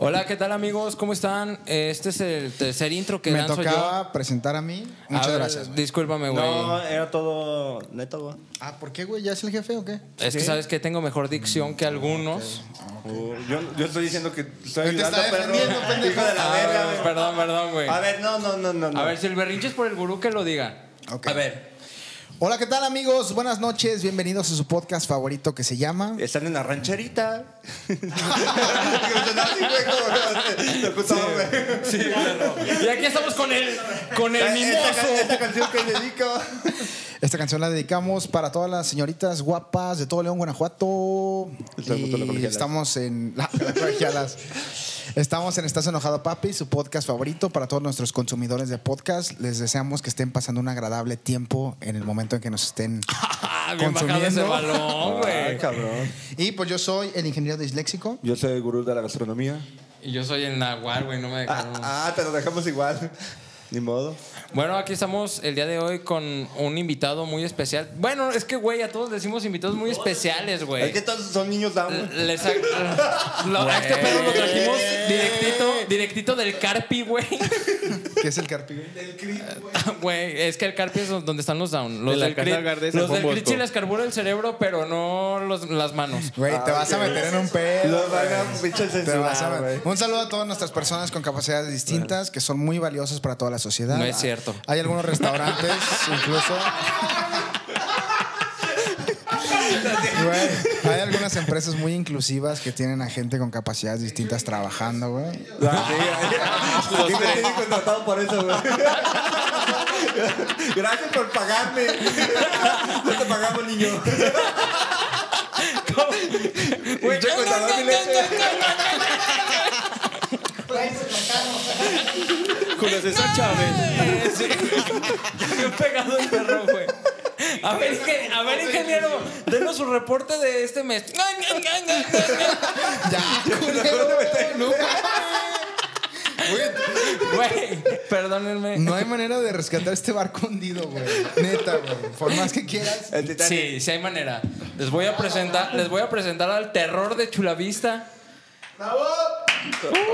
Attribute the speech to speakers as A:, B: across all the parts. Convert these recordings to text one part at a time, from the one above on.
A: Hola, ¿qué tal amigos? ¿Cómo están? Este es el tercer intro que
B: Me
A: lanzo
B: tocaba
A: yo.
B: presentar a mí.
A: A
B: Muchas
A: ver,
B: gracias. güey.
A: Discúlpame, güey.
C: No, era todo neto, güey.
B: Ah, ¿por qué, güey? ¿Ya es el jefe o qué?
A: es que sabes que tengo mejor dicción que algunos.
C: Uh, yo, yo estoy diciendo que estoy
B: Él te
C: ayudando,
B: Este está
C: perro.
B: defendiendo, pendejo.
C: Hijo de la
A: Ah,
C: verga, güey.
A: perdón, perdón, güey.
C: A ver, no, no, no, no. no.
A: A ver, si el berrinche es por el gurú que lo diga.
B: Ok.
A: A ver.
B: Hola, ¿qué tal, amigos? Buenas noches. Bienvenidos a su podcast favorito que se llama.
C: Están en la rancherita. Te gustaba, güey.
A: Y aquí estamos con el con el
C: Esta
A: mimoso.
C: can- Esta canción que dedico.
B: Esta canción la dedicamos para todas las señoritas guapas de todo León, Guanajuato.
C: El tributo a la
B: Y
C: colegiala.
B: estamos en. la- las colegialas. Estamos en Estás Enojado Papi, su podcast favorito para todos nuestros consumidores de podcast. Les deseamos que estén pasando un agradable tiempo en el momento en que nos estén
A: Ah, bien bajado ese
B: Consumiendo.
A: balón,
C: Ay,
A: güey.
C: cabrón.
B: Y pues yo soy el ingeniero disléxico.
C: Yo soy el gurú de la gastronomía.
A: Y yo soy el nahual, güey, no me dejaron.
C: Ah, ah, te lo dejamos igual. Ni modo.
A: Bueno, aquí estamos el día de hoy con un invitado muy especial. Bueno, es que, güey, a todos decimos invitados muy especiales,
C: Es
A: güey.
C: que todos son niños down.
A: Les ha- lo- a este pedo lo trajimos directito, directito del Carpi, güey. Ah,
B: que es el carpio?
A: Güey, es que el Carpi es donde están los down. Los
D: De la
A: del
D: Casa
A: Crit,
D: Gardez a
A: los del
D: Juan
A: Crit
D: Bosco.
A: sí les carbura el cerebro, pero no los- las manos.
B: Güey, te vas a meter en un pedo.
C: Los van a pinches
B: Te vas a
C: censurar,
B: meter-
C: güey.
B: Un saludo a todas nuestras personas con capacidades distintas que son muy valiosas para toda la sociedad.
A: No es cierto.
B: Hay algunos restaurantes, incluso. Güey, hay algunas empresas muy inclusivas que tienen a gente con capacidades distintas trabajando, güey.
C: Y me tienen contratado por eso, güey. Gracias por pagarme. No te pagamos, niño. Güey, checo, te doy mi leche.
D: Julio César Chávez.
A: Eh, sí. Ya me he pegado el perro, güey. A ver, inge- a ver, ingeniero, denos su reporte de este mes.
B: Ya, culero, Güey,
A: Güey, perdónenme.
B: No hay manera de rescatar este barco hundido, güey. Neta, güey. Por más que quieras.
C: El Titanic.
A: Sí, sí hay manera. Les voy a presentar, les voy a presentar al terror de Chulavista.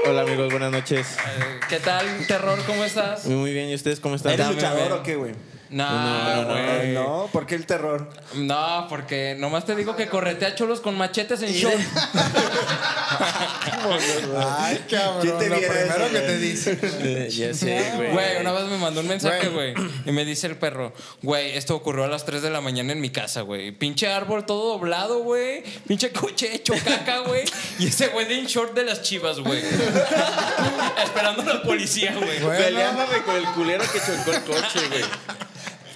D: Hola amigos, buenas noches.
A: Eh, ¿Qué tal, terror? ¿Cómo estás?
D: Muy bien, ¿y ustedes cómo están?
C: ¿Eres
A: Dame,
C: luchador
A: güey.
C: o qué, güey?
D: No,
A: No,
D: no,
A: güey.
C: Ay,
A: No,
C: No, ¿por qué el terror?
A: porque nomás te digo que corretea cholos con machetes en short.
B: Ay, cabrón.
C: ¿Quién te
B: lo
C: viera
B: primero
C: eso,
B: que
C: güey?
B: te dice.
D: Eh, ya sé, güey.
A: Güey, una vez me mandó un mensaje, güey. Y me dice el perro, güey, esto ocurrió a las 3 de la mañana en mi casa, güey. Pinche árbol todo doblado, güey. Pinche coche hecho caca, güey. Y ese güey de in short de las chivas, güey. Esperando a la policía, güey.
B: Bueno,
D: Peleándome con el culero que chocó el coche, güey.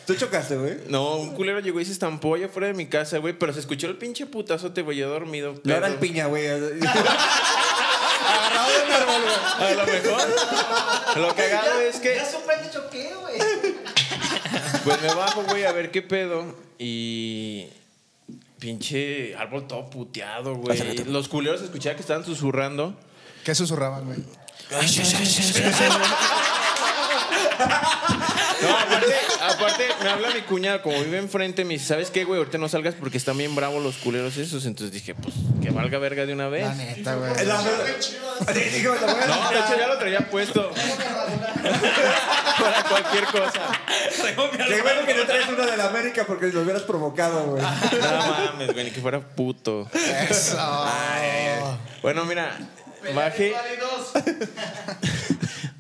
C: ¿Tú chocaste, güey?
D: No, un culero llegó y se estampó allá afuera de mi casa, güey. Pero se escuchó el pinche putazo, te voy a dormido.
C: No era
D: pedo.
C: el piña, güey. Agarrado de un árbol, güey.
D: A lo mejor. Lo cagado es que. Pues me bajo, güey, a ver qué pedo. Y. Pinche árbol todo puteado, güey. Los culeros escuchaba que estaban susurrando.
B: ¿qué susurraban, güey?
D: No, aparte, aparte, me habla mi cuñado, como vive enfrente, me dice, ¿sabes qué, güey? Ahorita no salgas porque están bien bravos los culeros esos. Entonces dije, pues, que valga verga de una vez.
B: La neta, güey.
C: La- Sí, sí, güey, la voy a
D: No, de hecho ya lo traía puesto. Para cualquier cosa.
C: Qué bueno que no traes uno de la América porque los hubieras provocado, güey.
D: No mames, güey, ni que fuera puto.
B: Eso.
D: Ah, Bueno, mira, bajé.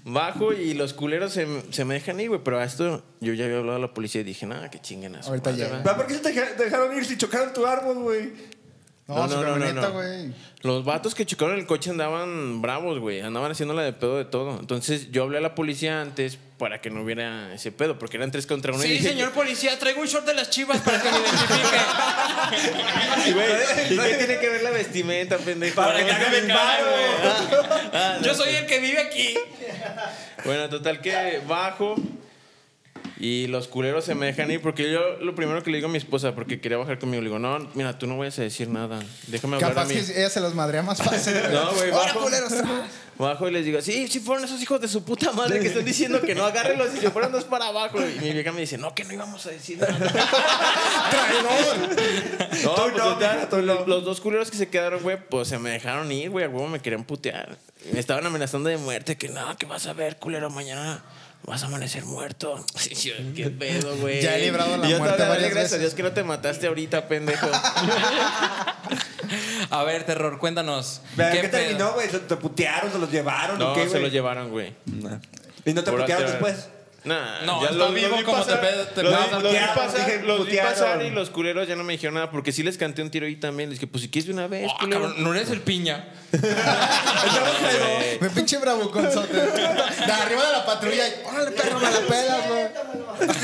D: Bajo y los culeros se, se me dejan ir, güey. Pero a esto yo ya había hablado a la policía y dije, nada, que chinguen a su
B: Ahorita
D: madre,
B: llega.
D: ¿verdad?".
C: Va, ¿Por qué se te deja- dejaron ir si chocaron tu árbol, güey?
B: No, no, no,
D: no, no.
B: güey.
D: Los vatos que chocaron el coche andaban bravos, güey. Andaban haciéndola de pedo de todo. Entonces yo hablé a la policía antes para que no hubiera ese pedo, porque eran tres contra uno. y
A: Sí,
D: dije,
A: señor policía, traigo un short de las chivas para que me identifique.
D: "Y, güey, ¿Y qué tiene que ver la vestimenta, pendejo?
A: Para que te haga
D: Ah,
A: mi paro. Yo soy el que vive aquí.
D: Bueno, total que bajo Y los culeros se me dejan ir porque yo lo primero que le digo a mi esposa, porque quería bajar conmigo, le digo, no, mira, tú no vayas a decir nada. Déjame hablar
B: Capaz
D: a mí.
B: que ella se los madrea más fácil.
D: No, güey,
B: Ahora,
D: bajo.
B: culeros. tra.
D: Bajo y les digo, sí, sí fueron esos hijos de su puta madre que están diciendo que no, agárrenlos y se fueron dos para abajo. Y mi vieja me dice, no, que no íbamos a decir nada. No,
C: Tú
D: pues,
C: no,
D: total,
C: mija, tú no.
D: Los dos culeros que se quedaron, güey, pues se me dejaron ir, güey, a huevo me querían putear. Me estaban amenazando de muerte, que no, que vas a ver, culero, mañana vas a amanecer muerto. Sí, sí, qué pedo, güey.
B: Ya he librado la
D: Y yo
B: muerte
D: todavía,
B: varias
D: gracias a
B: veces.
D: Dios que no te mataste ahorita, pendejo.
A: A ver, terror, cuéntanos.
C: ¿Pero ¿Qué,
A: ¿Qué pedo?
C: terminó, güey? ¿Se- ¿Te putearon? ¿Se los llevaron?
D: No,
C: ¿o qué,
D: se
C: güey?
D: lo llevaron, güey.
C: ¿Y no te
D: Por
C: putearon
D: alterar.
C: después?
D: Nah,
A: No,
D: ya
A: está
D: los- los
A: vivo
D: vi
A: como te
D: pasar-
A: pedo- te
D: los,
A: pedo-
D: vi- los
C: putearon,
D: vi
C: dije,
D: pasar, los vi
C: putearon.
D: pasar y los culeros ya no me dijeron nada porque sí les canté un tiro ahí también. Les dije, pues si quieres de una vez,
A: Ah,
D: culero.
A: cabrón, no eres el piña.
D: Eh.
B: Me pinche bravuconzote. De arriba de la patrulla. y, Órale, perro, me la pelas, güey.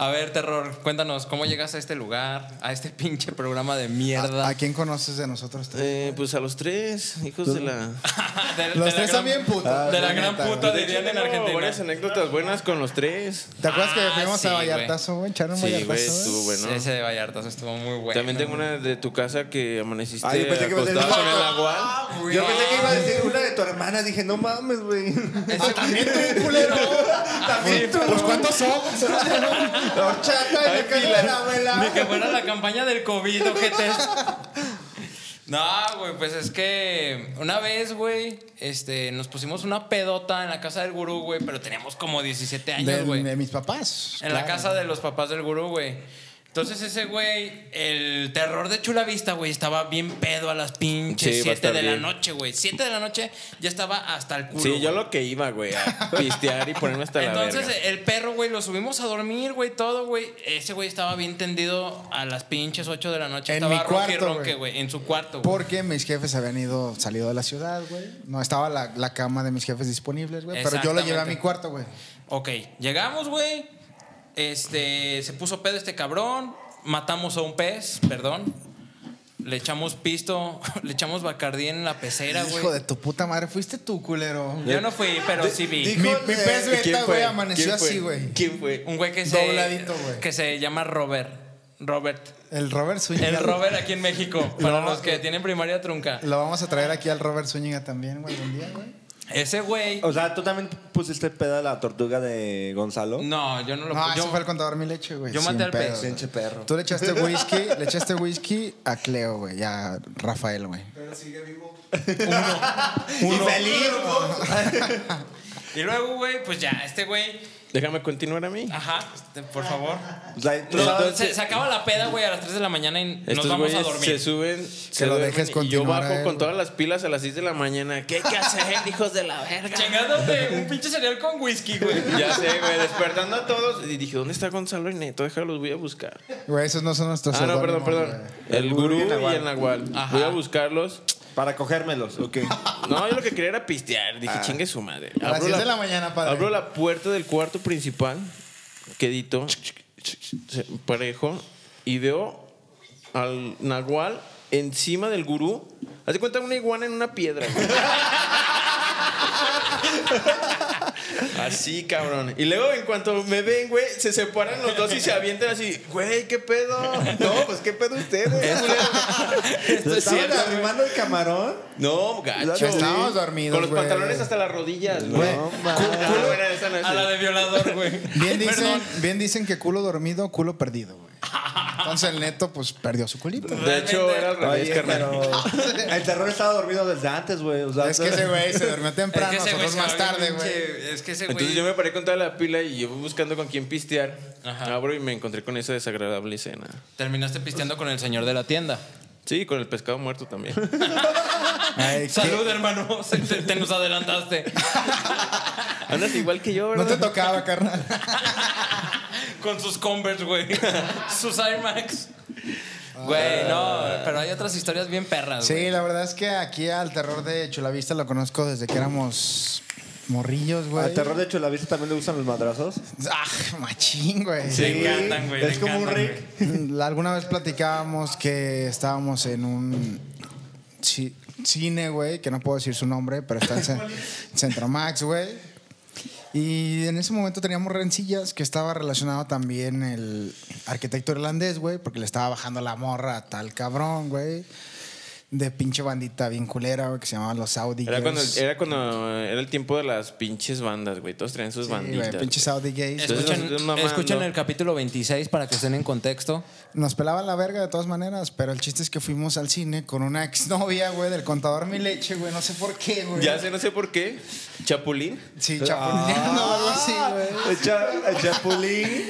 A: A ver, terror, cuéntanos, ¿cómo llegas a este lugar? A este pinche programa de mierda.
B: ¿A, a quién conoces de nosotros tres?
D: Eh, pues a los tres, hijos de la.
A: De- de
B: Los
A: la gran-
B: tres también, puta.
A: De la gran puta dirían en
D: Tengo varias
A: Argentina.
D: anécdotas buenas con los tres.
B: ¿Te acuerdas
A: Ah,
B: que fuimos
A: sí,
B: a
A: güey.
B: Vallartazo, güey? Echaron un
D: Sí, güey,
B: Vallartazo.
D: estuvo
B: güey.
D: bueno.
A: ¿eh? Ese de Vallartazo estuvo muy bueno.
D: También tengo una de tu casa que amaneciste
C: Ay, yo pensé que ibas a decir-
D: acostado con el
A: Ah,
D: agua.
C: Yo pensé que iba a decir una de tu hermana. Dije, no mames, güey.
B: Ah, también tú, culero.
C: También tú.
B: Pues cuántos somos.
C: La horchata y la casa de la
A: Ni que
C: abuela.
A: fuera la campaña del COVID, ojete. No, güey, pues es que una vez, güey, este, nos pusimos una pedota en la casa del gurú, güey, pero teníamos como 17
B: De,
A: años, güey.
B: de mis papás.
A: En la casa de los papás del gurú, güey. Entonces ese güey, el terror de Chula Vista, güey, estaba bien pedo a las pinches
D: Sí,
A: 7 de la
D: bastante.
A: noche, güey. 7 de la noche ya estaba hasta el culo.
D: Sí, yo
A: güey.
D: lo que iba, güey, a pistear y ponerme hasta la
A: Entonces
D: verga.
A: el perro, güey, lo subimos a dormir, güey, todo, güey. Ese güey estaba bien tendido a las pinches 8 de la noche.
B: En
A: estaba
B: mi
A: ronque y
B: cuarto,
A: ronque,
B: güey.
A: güey, en su cuarto, güey.
B: Porque mis jefes habían ido, salido de la ciudad, güey. No estaba la, la cama de mis jefes disponibles, güey. Pero yo lo llevé a mi
A: Exactamente.
B: cuarto, güey.
A: Ok, llegamos, güey. Este, se puso pedo este cabrón. Matamos a un pez, perdón. Le echamos pisto, le echamos bacardí en la pecera, güey.
B: Hijo de tu puta madre, fuiste tú, culero.
A: Yo no fui, pero sí vi.
C: di-
B: Mi, mi
C: Híjole.
B: pez
D: ¿Y quién
B: beta,
D: fue?
B: güey, amaneció
D: ¿Quién fue?
B: así,
A: eh,
B: güey.
D: ¿Quién fue?
A: Un güey que se.
B: Dobladito, güey.
A: Que se llama Robert. Robert.
B: El Robert Zúñiga.
A: El Robert aquí en México. Para
B: No,
A: los que
B: güey.
A: tienen primaria trunca.
B: Lo vamos a traer aquí al Robert Zúñiga también, güey, algún día, güey.
A: Ese güey.
C: O sea, ¿tú también pusiste peda a la tortuga de Gonzalo?
A: No, yo no lo
B: No,
A: yo,
B: eso fue el contador mi leche, güey.
A: yo
B: Sin
A: maté al
B: pedo,
A: pez.
B: güey.
C: Pinche perro.
B: Tú le echaste whisky, le echaste whisky a Cleo, güey, y a Rafael, güey.
C: ¡Infeliz!
A: Y luego, güey, pues ya, este güey.
D: Déjame continuar a mí.
A: Ajá, este, por favor.
C: O sea, tú-
A: No,
D: Entonces-
A: se, se acaba la peda, güey, a las 3 de la mañana y nos
D: Estos
A: vamos a
D: güeyes se
A: dormir.
D: suben, se
B: lo
D: duermen
B: dejes
D: y yo
B: continuar
D: bajo
B: a él,
D: con
B: güey.
D: todas las pilas a las 6 de la mañana. ¿Qué hay que hacer, hijos de la verga?
A: Chingándote un pinche cereal con whisky, güey.
D: Ya sé, güey, despertando a todos. Y dije, ¿dónde está Gonzalo y Neto? Déjalo, los voy a buscar.
B: Güey, esos no son nuestros
D: Ah, no, perdón,
B: seudónimos,
D: perdón.
B: güey.
D: El gurú y el
C: Nahual.
D: nahual.
A: Ajá.
D: Voy a buscarlos.
C: Para cogérmelos, ok.
D: No, yo lo que quería era pistear. Dije, chingue su madre.
B: Ah. A las 10 de la mañana, padre.
D: Abro la puerta del cuarto principal, quedito, parejo, y veo al nahual encima del gurú. Haz de cuenta una iguana en una piedra. güey. Así, cabrón. Y luego, en cuanto me ven, güey, se separan los dos y se avientan así. Güey, ¿qué pedo?
C: No, pues qué pedo ustedes.
D: Esto es
C: ¿Estaban
D: cierto, güey.
C: arrimando el camarón?
D: No, gacho.
B: Estábamos dormidos,
D: Con los
B: güey.
D: pantalones hasta las rodillas, güey.
B: Güey,
D: No,
B: cu-
D: Ah,
B: culo-
D: bueno, esa no es.
A: A la de violador, güey.
B: bien, dicen,
A: Perdón.
B: bien dicen que culo dormido, culo perdido, güey. Entonces el neto, pues, perdió su culito.
D: De hecho,
A: Realmente-
D: era al revés,
C: Oye,
D: carnal.
C: pero el terror estaba dormido desde antes, güey. O sea,
B: Es que ese güey se durmió temprano,
A: ese
B: nosotros
A: güey
B: más
A: estaba
B: tarde,
A: bien
B: güey.
A: pinche- Es que ese
D: Entonces
A: güey.
D: yo me paré con toda la pila y yo buscando con quién pistear.
A: Ajá.
D: Abro y me encontré con esa desagradable escena.
A: Terminaste pisteando con el señor de la tienda.
D: Sí, con el pescado muerto también.
B: Ay, qué-
A: Salud, hermano. Se- Te, te nos adelantaste.
D: Andas igual que yo,
B: No te
D: ¿verdad?
B: tocaba, carnal.
A: Con sus Converse, güey. Sus Air Max. Güey, no. Pero hay otras historias bien perras, güey.
B: Ah. Sí, la verdad es que aquí al terror de Chulavista lo conozco desde que éramos morrillos, güey.
C: al terror de Chulavista también le gustan los madrazos.
B: Ah, machín, güey.
A: Sí. Le encantan, güey, le
C: Es como un
A: encantan,
C: Rick.
B: La- Alguna vez platicábamos que estábamos en un ci- cine, güey, que no puedo decir su nombre, pero está en Centromax, güey. Y en ese momento teníamos rencillas que estaba relacionado también el arquitecto irlandés, güey, porque le estaba bajando la morra a tal cabrón, güey. De pinche bandita bien culera, güey, que se llamaba Los Saudi
D: Era cuando,
B: Gays.
D: era cuando era el tiempo de las pinches bandas, güey. Todos traían sus
B: Sí, güey,
D: banditas.
B: pinche
D: güey.
B: Saudi Gays.
D: Entonces,
A: Escuchen,
D: nos- mamá,
A: escuchen
D: no.
A: el capítulo 26 para que estén en contexto.
B: Nos pelaban la verga de todas maneras, pero el chiste es que fuimos al cine con una exnovia, güey, del contador Mi Leche, güey, no sé por qué, güey.
D: Ya sé, no sé por qué. Chapulín.
B: Sí, chapulineando
A: Ah.
B: o algo así, güey.
C: Echa- Chapulín.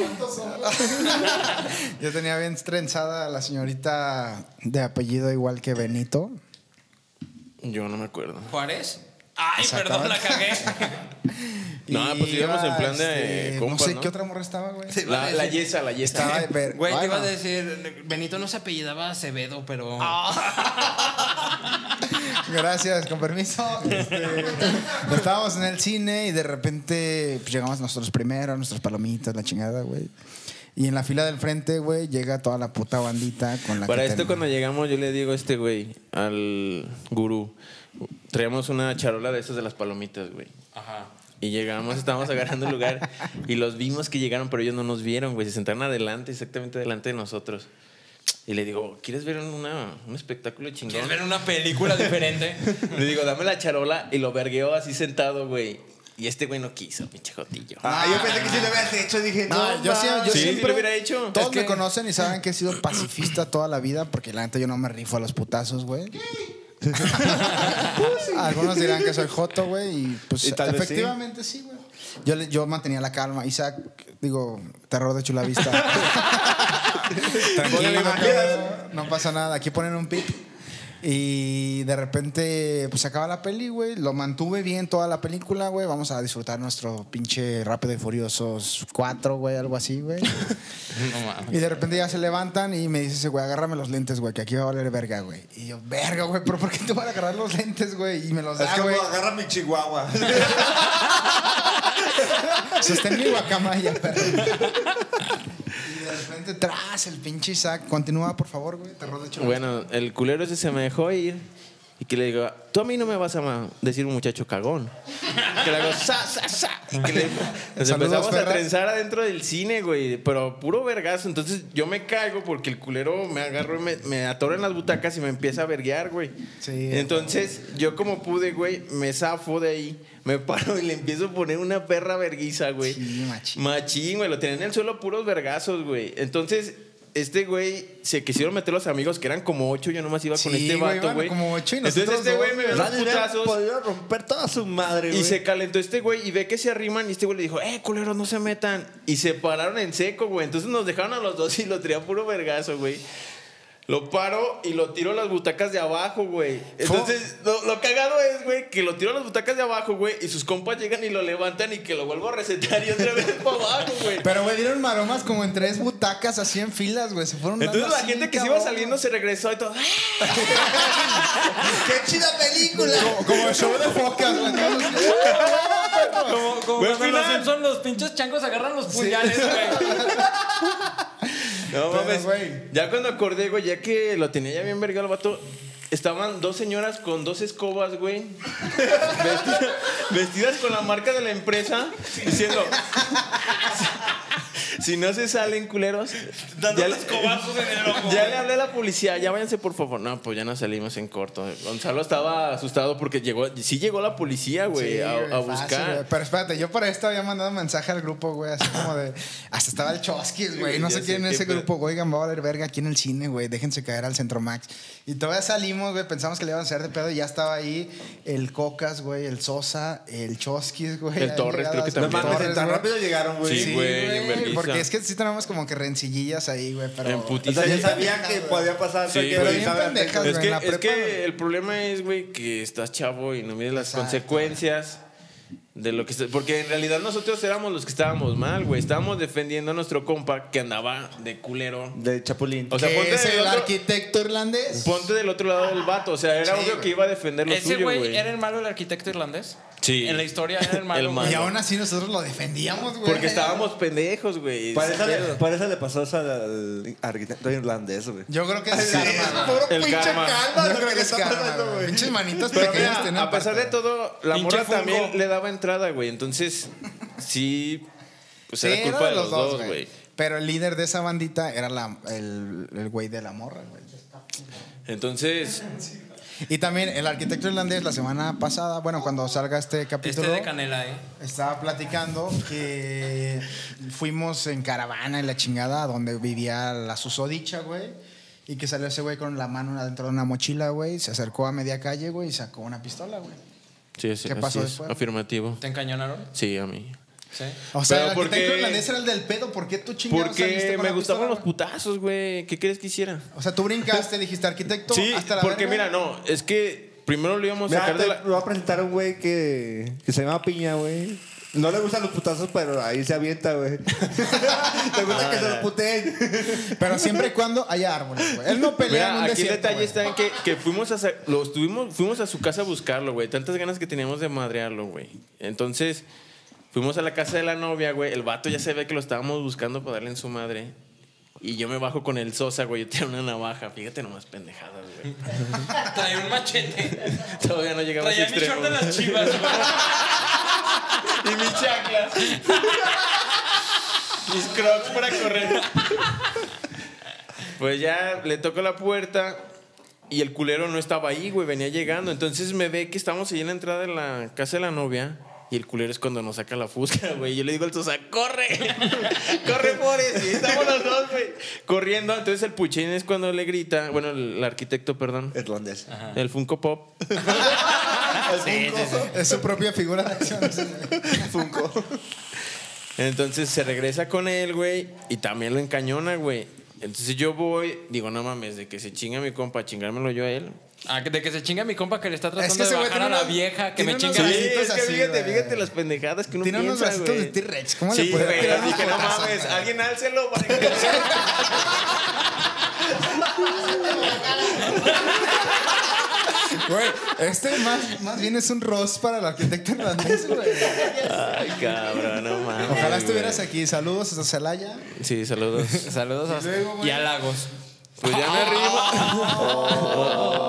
B: Yo tenía bien trenzada a la señorita de apellido igual que Benito.
D: Yo no me acuerdo.
A: ¿Juárez? Ay, perdón, la cagué.
D: No,
B: Y
D: pues íbamos en plan de
B: este, No
D: compas,
B: sé
D: ¿no?
B: qué otra morra estaba, güey.
D: La, la yesa, la yesa.
B: Estaba de ver-
A: Güey, te
B: bueno,
A: iba a decir, Benito no se apellidaba Acevedo, pero...
B: Gracias, con permiso. Este, estábamos en el cine y de repente pues, llegamos nosotros primero, nuestras palomitas, la chingada, güey. Y en la fila del frente, güey, llega toda la puta bandita con la
D: Para
B: que
D: esto,
B: ten-
D: cuando llegamos, yo le digo a este güey, al gurú, traíamos una charola de esas de las palomitas, güey.
A: Ajá.
D: Y llegamos, estábamos agarrando el lugar y los vimos que llegaron, pero ellos no nos vieron, güey. Se sentaron adelante, exactamente delante de nosotros. Y le digo, ¿quieres ver una, un espectáculo chingón?
A: ¿Quieres ver una película diferente?
D: Le digo, dame la charola y lo vergueó así sentado, güey. Y este güey no quiso, pinche jotillo.
C: Ah, yo pensé que si lo habías hecho, dije,
B: No,
C: no.
B: yo, sí- yo
D: Sí,
B: siempre
D: lo hubiera hecho.
B: Todos
D: Es
B: me
D: que-
B: conocen y saben que he sido pacifista toda la vida porque la neta yo no me rifo a los putazos, güey. Algunos dirán que soy joto, güey, y pues
C: Y tal vez
B: efectivamente sí, güey. Yo, le- yo mantenía la calma. Isaac, digo, terror de chulavista. Tranquilo,
C: Ponle la
B: cabrón, no pasa nada. Aquí ponen un pip. Y de repente, pues se acaba la peli, güey. Lo mantuve bien toda la película, güey. Vamos a disfrutar nuestro pinche Rápido y Furiosos 4, güey, algo así, güey.
A: No mames.
B: Y de repente ya se levantan y me dice ese güey, agárrame los lentes, güey, que aquí va a valer verga, güey. Y yo, verga, güey, pero ¿por qué te van a agarrar los lentes, güey? Y me los
C: Es
B: da,
C: Ah, como
B: güey.
C: agarra mi chihuahua.
B: Sostén mi guacamaya, perro. Y de repente, tras, el pinche Isaac. Continúa, por favor, güey, terror de chulo.
D: Bueno, el culero ese se me dejó ir y que le digo, tú a mí no me vas a ma- decir un muchacho cagón. Que le hago, sa, sa, sa. Y que le- nos
B: Saludos,
D: empezamos a
B: Ferraz.
D: trenzar adentro del cine, güey, pero puro vergazo. Entonces yo me caigo porque el culero me agarró y me, me atora en las butacas y me empieza a verguear, güey.
B: Sí.
D: Entonces yo como pude, güey, me zafo de ahí, me paro y le empiezo a poner una perra verguiza, güey.
B: Sí, machín.
D: Machín, güey, lo tenían en el suelo puros vergazos, güey. Entonces, este güey se quisieron meter los amigos, que eran como ocho, yo nomás iba con
B: Sí,
D: este
B: güey,
D: vato,
B: iban
D: güey.
B: como ocho y
D: Entonces
B: nosotros dos,
D: este güey me ve los
C: Nadie hubiera
D: putazos.
C: podido romper toda su madre,
D: Y
C: güey.
D: se calentó este güey y ve que se arriman y este güey le dijo, eh, culeros, no se metan. Y se pararon en seco, güey. Entonces nos dejaron a los dos y lo traía puro vergazo, güey. Lo paro y lo tiro a las butacas de abajo, güey. Entonces, lo, lo cagado es, güey, que lo tiro a las butacas de abajo, güey, y sus compas llegan y lo levantan y que lo vuelvo a resetar y otra vez para abajo, güey.
B: Pero, güey, dieron maromas como en tres butacas, así en filas, güey. Se fueron dando
D: Entonces la
B: así,
D: gente que se iba
B: cabrón.
D: saliendo se regresó y todo. ¡ah!
C: ¡Qué chida película!
B: Como, como el show de focas, güey. todos así.
A: Como, como
D: Buen
A: cuando los
D: final.
A: Simpson, los pinches changos agarran los puñales, güey.
D: No
B: Pero,
D: mames.
B: güey.
D: Ya cuando acordé, güey, ya que lo tenía ya bien verga el vato, estaban dos señoras con dos escobas, güey. vestida- vestidas con la marca de la empresa, diciendo. Si no se salen culeros, ya le, ya le hablé a la policía, ya váyanse por favor. No, pues ya nos salimos en corto. Gonzalo estaba asustado porque llegó, sí llegó la policía, güey,
B: Sí,
D: a,
B: güey,
D: a
B: fácil, güey.
D: buscar.
B: Pero espérate, yo para esto había mandado mensaje al grupo, güey, así como de. Hasta estaba el Choskis, güey. No
D: Ya
B: sé
D: sé
B: quién en
D: qué
B: ese
D: pedo.
B: grupo, güey, oigan, va a valer verga aquí en el cine, güey. Déjense caer al Centro Max. Y todavía salimos, güey, pensamos que le iban a hacer de pedo y ya estaba ahí el Cocas, güey, el Sosa, el Choskis, güey.
D: El
B: ahí
D: Torres, creo que
B: llegadas, güey,
D: también. No
C: Mames,
B: Torres,
C: tan
B: güey.
C: rápido llegaron, güey.
D: Sí, güey, en vergüenza.
B: Porque es que sí tenemos como que rencillillas ahí, güey, pero.
D: En
C: O sea,
D: putiza.
C: ya sabían que podía pasar
D: Sí,
C: cualquier cosa
D: güey.
C: y
B: Pero bien
C: saben antes.
B: pendejas,
D: Es
B: güey,
D: que,
B: en la
D: es
B: prepa,
D: que
B: güey.
D: el problema es, güey, que estás chavo y no mides las
B: Exacto.
D: consecuencias de lo que... está- Porque en realidad nosotros éramos los que estábamos mal, güey. Estábamos defendiendo a nuestro compa que andaba de culero.
C: De Chapulín.
D: O sea,
B: Que
D: ponte
B: es
D: del,
B: el
D: otro,
B: arquitecto irlandés.
D: ponte del otro lado del vato. O sea, era
B: Sí,
D: obvio
B: güey.
D: que iba a defender lo
A: Ese
D: suyo, güey.
A: güey era el malo del arquitecto irlandés.
D: Sí.
A: En la historia era el malo.
D: El
A: güey.
D: malo.
B: Y aún así nosotros lo defendíamos, güey.
D: Porque estábamos pendejos, güey.
C: Para eso, le,
D: Pero-
C: para eso le pasó eso al arquitecto irlandés, güey.
B: Yo creo que es el karma. güey.
C: puro
D: El karma.
B: Yo
C: lo
B: creo que es
C: está
B: karma,
C: pasando,
B: güey.
C: güey.
B: Pinches manitas
D: Pero
B: pequeñas
D: mira,
B: tienen
D: a pesar de
B: parte.
D: todo, la
A: Pinche
D: morra
A: fungo.
D: también le daba entrada, güey. Entonces, sí, pues
B: Sí,
D: era
B: era
D: culpa de los dos,
B: güey.
D: güey.
B: Pero el líder de esa bandita era la- el el güey de la morra, güey.
D: Entonces,
B: Y también el arquitecto irlandés la semana pasada, bueno, cuando salga este capítulo,
A: Este de canela, ¿eh?
B: estaba platicando que fuimos en caravana en la chingada donde vivía la susodicha, güey. Y que salió ese güey con la mano adentro de una mochila, güey. Se acercó a media calle, güey, y sacó una pistola, güey.
D: sí, sí,
B: ¿Qué
D: así
B: pasó
D: es.
B: después?
D: Afirmativo.
A: ¿Te encañonaron?
D: Sí, a mí.
A: Sí.
B: O sea,
D: Pero
B: el
D: ¿por
B: arquitecto
D: qué?
B: irlandés era el del pedo. ¿Por qué tú chingados saliste
D: Porque
B: con
D: me
B: la
D: gustaban
B: pistola,
D: los
B: güey?
D: putazos, güey. ¿Qué crees que hiciera?
B: O sea, tú brincaste, dijiste arquitecto.
D: Sí,
B: hasta la
D: porque
B: verga.
D: mira, no, es que primero lo íbamos a
C: Mira,
D: sacar de
C: te-
D: la...
C: lo va a presentar un güey que, que se llama Piña, güey. No le gustan los putazos, pero ahí se avienta, güey. Te
D: Ah,
C: gusta que se los puteen.
B: Pero siempre y cuando haya árboles, güey. Él no pelea en
D: Mira,
B: un
D: aquí
B: desierto,
D: el detalle
B: güey.
D: está en que, que fuimos, a, sa- lo estuvimos- fuimos a su casa a buscarlo, güey. Tantas ganas que teníamos de madrearlo, güey. Entonces, fuimos a la casa de la novia, güey. El vato ya se ve que lo estábamos buscando para darle en su madre. Y yo me bajo con el Sosa, güey. Yo tenía una navaja. Fíjate nomás pendejadas, güey.
A: Trae un machete.
D: Todavía no llegaba a ese
A: Traía mi
D: extremo.
A: short de las chivas, güey.
D: Y mis chaclas. mis crocs para correr. Pues ya le toco la puerta y el culero no estaba ahí, güey, venía llegando. Entonces me ve que estamos ahí en la entrada de la casa de la novia. Y el culero es cuando nos saca la fusca, güey. Yo le digo al Sosa, corre, corre, Forrest. Y estamos los dos, güey, corriendo. Entonces el puchín es cuando le grita, bueno, el arquitecto, perdón,
C: Irlandés.
D: el Funko Pop. Ah,
B: Es su propia figura de acción.
D: Entonces se regresa con él, güey, y también lo encañona, güey. Entonces yo voy, digo, no mames, de que se chinga mi compa, chingármelo yo a él.
A: Ah, de que se chinga mi compa que le está tratando
B: Es que ese
A: de
B: güey
A: bajar a
B: tiene
A: la
B: una-
A: vieja que
B: tiene
A: me
B: unos
A: chinga.
B: Sí,
D: es que
B: así,
D: fíjate,
B: güey.
D: fíjate las pendejadas que uno
B: Tiene unos
D: piensa,
B: bracitos
D: güey.
B: de T-Rex. ¿Cómo le
D: Sí,
B: puede
D: güey,
B: pegar una
D: dije, no
B: putaza,
D: mames,
B: güey?
D: alguien álcelo para que
B: Güey, este más, más bien es un roast para el arquitecto irlandés, güey.
D: Ay, cabrón, no mames.
B: Ojalá
D: güey.
B: estuvieras aquí. Saludos hasta Celaya.
D: Sí, saludos.
A: Saludos a,
B: Y luego, güey.
A: y a Lagos.
D: Pues ya me arrimo.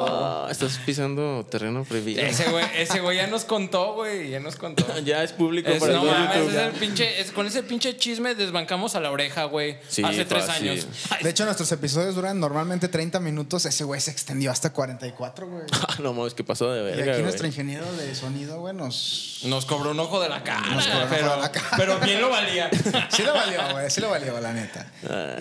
D: Oh, estás pisando terreno prohibido.
A: Ese güey, ese güey ya nos contó, güey. Ya nos contó.
D: Ya es público
A: Es-
D: para
A: no
D: todo
A: mames,
D: YouTube.
A: ese es el pinche- es- con ese pinche chisme desbancamos a la oreja, güey.
D: Sí,
A: hace tres
D: fácil.
A: años.
B: De hecho, nuestros episodios duran normalmente 30 minutos. Ese güey se extendió hasta 44, güey.
D: Ah, no mames, ¿qué pasó de
B: Y
D: verga,
B: aquí
D: güey?
B: nuestro ingeniero de sonido, güey, nos...
A: Nos cobró un ojo de la cara.
B: Nos cobró un ojo
A: pero,
B: de la cara.
A: pero bien lo valía.
B: Sí lo valió, güey. Sí lo valió, la neta.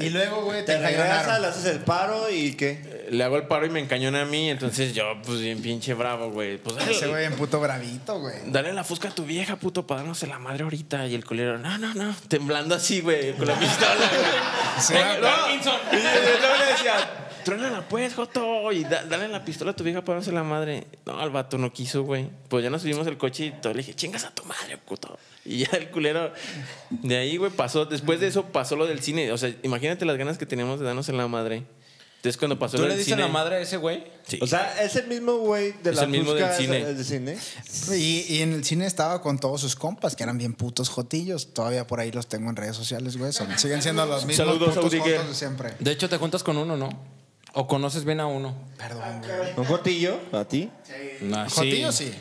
B: Y luego, güey, te
C: Te regresas,
B: encañonaron.
C: le haces el paro y ¿qué?
D: le hago el paro y me encañona a mí, entonces yo, pues bien pinche bravo, güey. Pues dale,
B: Ese güey en puto bravito, güey.
D: dale la fusca a tu vieja, puto, para darnos la madre ahorita. Y el culero, no, no, no, temblando así, güey, con la pistola, güey.
B: Sí,
A: Venga,
B: güey.
A: Parkinson.
D: Y yo luego le decía, truénala pues, Joto, y da- dale la pistola a tu vieja para darnos la madre. No, el vato no quiso, güey. Pues ya nos subimos el coche y todo, le dije, chingas a tu madre, puto. Y ya el culero, de ahí, güey, pasó, después de eso pasó lo del cine. O sea, imagínate las ganas que teníamos de darnos en la madre. Entonces cuando pasó
A: ¿Tú
D: lo
A: le
D: del
A: diste
D: cine...
A: la madre a ese güey?
D: Sí.
C: O sea, es el mismo güey de
D: Es
C: la
D: el mismo del
C: busca,
D: cine.
C: del cine.
B: Y, y en el cine estaba con todos sus compas, que eran bien putos jotillos. Todavía por ahí los tengo en redes sociales, güey. Son- siguen siendo los mismos
D: Saludos,
B: putos
D: Audi, que-
B: jotos de siempre.
A: De hecho, te juntas con uno, ¿no? O conoces bien a uno.
B: Perdón, güey.
C: ¿Un cortillo? ¿A ti?
A: No,
B: Jotillo sí,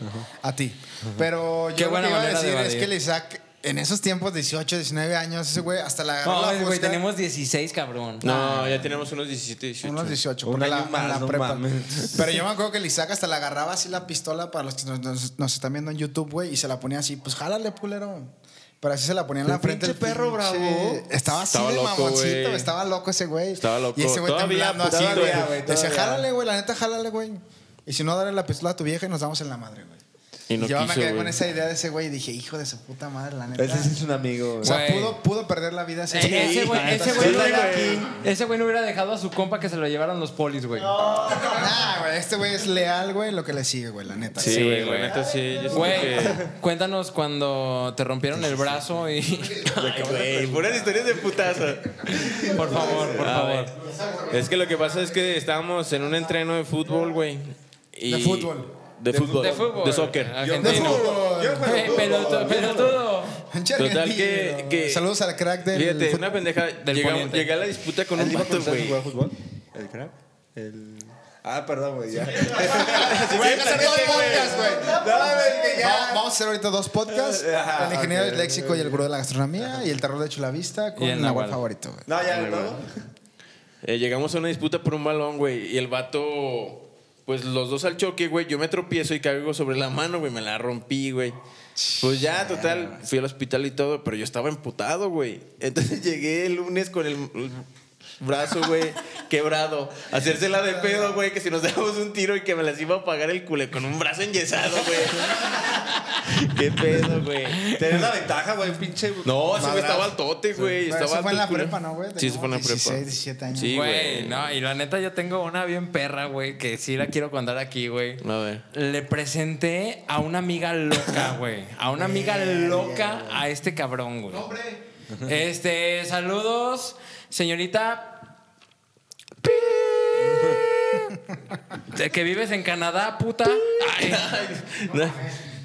B: a ti. Pero yo
A: Qué
B: lo
A: buena
B: que iba a
A: manera de
B: decir es
A: evadir.
B: que el Isaac, en esos tiempos, 18, 19 años, ese güey, hasta la agarró
A: No,
B: la
A: güey,
B: fusca,
A: tenemos 16, cabrón.
D: No, ya tenemos unos 17, 18.
B: Unos 18,
C: Un
B: porque
C: año
B: la,
C: más,
B: la
C: no
B: prepa.
C: mames.
B: Pero yo me acuerdo que el Isaac hasta la agarraba así la pistola para los que nos, nos- nos están viendo en YouTube, güey, y se la ponía así, pues jálale, pulero. Pero así se la ponía en la
C: El
B: frente.
C: pinche
B: el
C: perro
B: pinche-
C: bravo.
B: Estaba así
D: Estaba
B: de
D: loco,
B: mamoncito,
D: güey.
B: estaba loco ese güey.
D: Estaba loco.
B: Y ese güey
D: Todavía,
B: temblando así,
D: todavía,
B: güey.
C: güey,
B: Decía,
C: todavía.
B: jálale, güey, la neta, jálale, güey. Y si no, dale la pistola a tu vieja y nos damos en la madre, güey.
D: Y no
B: yo me
D: quiso,
B: quedé con
D: güey.
B: esa idea de ese güey y dije, hijo de su puta madre, la neta.
C: Ese sí es un amigo,
B: O
C: güey.
B: sea,
A: Güey.
B: pudo, pudo perder la vida ese
A: Eh, ese güey,
B: la neta,
A: ese
B: sí.
A: güey, no
C: Dale
A: hubiera-
C: aquí.
A: ese güey no hubiera dejado a su compa que se lo llevaron los polis, güey.
B: Nah, güey, este güey es leal, güey, lo que le sigue, güey, la neta.
D: Sí,
A: Sí,
D: güey, la
A: güey.
D: neta sí. Yo siento
A: Güey,
D: que.
A: cuéntanos cuando te rompieron el brazo y.
D: Ay, güey, puras historias de putazo.
A: por favor, por
B: Ah,
D: A
A: favor.
D: ver, Es que lo que pasa es que estábamos en un entreno de fútbol, güey. y-
B: De fútbol.
D: De fútbol.
A: De fútbol.
D: De soccer.
A: Argentino.
B: De fútbol.
C: Yo juego
A: Güey,
C: fútbol.
A: pelotu- pelotudo.
B: Pinche
D: Total
B: argentino,
D: que,
B: güey.
D: que-
B: Saludos al crack del
D: Fíjate,
B: fut-
D: una pendeja.
A: Del
D: llegamos-
A: poniente.
D: llegué a la disputa con
C: ¿Él
D: un
C: iba a
D: vato,
C: comenzar a
D: güey.
C: jugar fútbol? ¿El crack? El... Ah, perdón, güey, ya.
B: Güey, hay que hacer dos podcasts, güey.
C: No, güey, que
B: Va-
C: ya.
B: Vamos a hacer ahorita dos podcasts:
C: Ajá,
B: el ingeniero
C: ok.
B: del léxico y el gurú de la gastronomía y el terror de Chulavista con
A: Y
B: el
A: el
B: Nahual
A: Nahual.
B: favorito, güey.
C: No, ya,
D: Ay,
C: ¿no?
D: güey. Eh, llegamos a una disputa por un balón, güey. Y el vato, pues los dos al choque, güey. Yo me tropiezo y caigo sobre la mano, güey. Me la rompí, güey. Pues ya, total, fui al hospital y todo, pero yo estaba emputado, güey. Entonces llegué el lunes con el el brazo, güey, quebrado. Hacérsela de pedo, güey, que si nos damos un tiro y que me las iba a pagar el culé con un brazo enyesado, güey. Qué pedo, güey.
C: Tenés la ventaja, güey, pinche.
D: No, ese güey
C: madrazo.
D: estaba altote, güey.
B: Pero
D: estaba
B: eso fue en
D: alto
B: la
D: el culé.
B: prepa, ¿no, güey?
D: Sí, eso fue en la prepa.
B: 16, 17 años.
D: Sí,
A: Güey,
D: güey.
A: no, y la neta yo tengo una bien perra, güey, que sí la quiero contar aquí, güey.
D: A ver.
A: Le presenté a una amiga loca, güey. A una amiga loca a este cabrón, güey. Este, saludos, señorita. De que vives en Canadá, puta. Ay.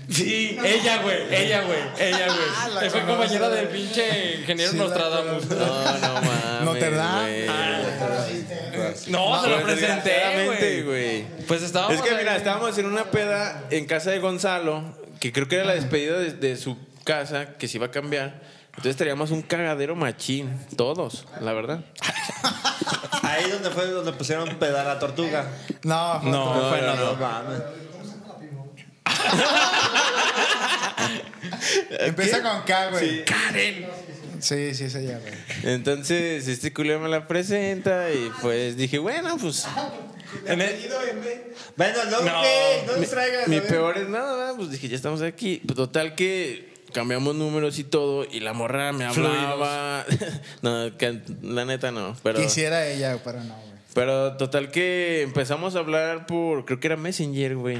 A: Sí, ella, güey, ella, güey, ella,
B: Ah,
A: güey. Fue compañera del pinche ingeniero
B: Sí, la
A: Nostradamus. Ah,
D: No, no Ah. mames.
B: ¿No te da?
D: güey. pues.
A: No, se lo presenté,
D: Desgraciadamente,
A: güey.
D: güey.
A: Pues estábamos.
D: Es que mira,
A: ahí.
D: estábamos en una peda en casa de Gonzalo, que creo que era la despedida de, de su casa, que se iba a cambiar. Entonces traíamos un cagadero machín, todos, la verdad.
C: Ahí donde fue donde pusieron pedar a la tortuga.
B: No, fue
A: No,
B: otro.
A: fue en otro.
C: No mames.
B: Empieza con K, güey.
A: Karen.
B: Sí, sí, es ella, güey.
D: Entonces este culero me la presenta y pues dije, bueno, pues
A: En el-
C: Bueno, no,
A: No.
C: güey, no
D: mi,
C: distraigas.
D: mi
C: a ver.
D: peor es nada, ¿verdad? pues dije, ya estamos aquí. Pues, total que cambiamos números y todo y la morra me hablaba. no, que- la neta no, pero...
B: Quisiera ella, pero no, güey.
D: Pero total que empezamos a hablar por, creo que era Messenger, güey.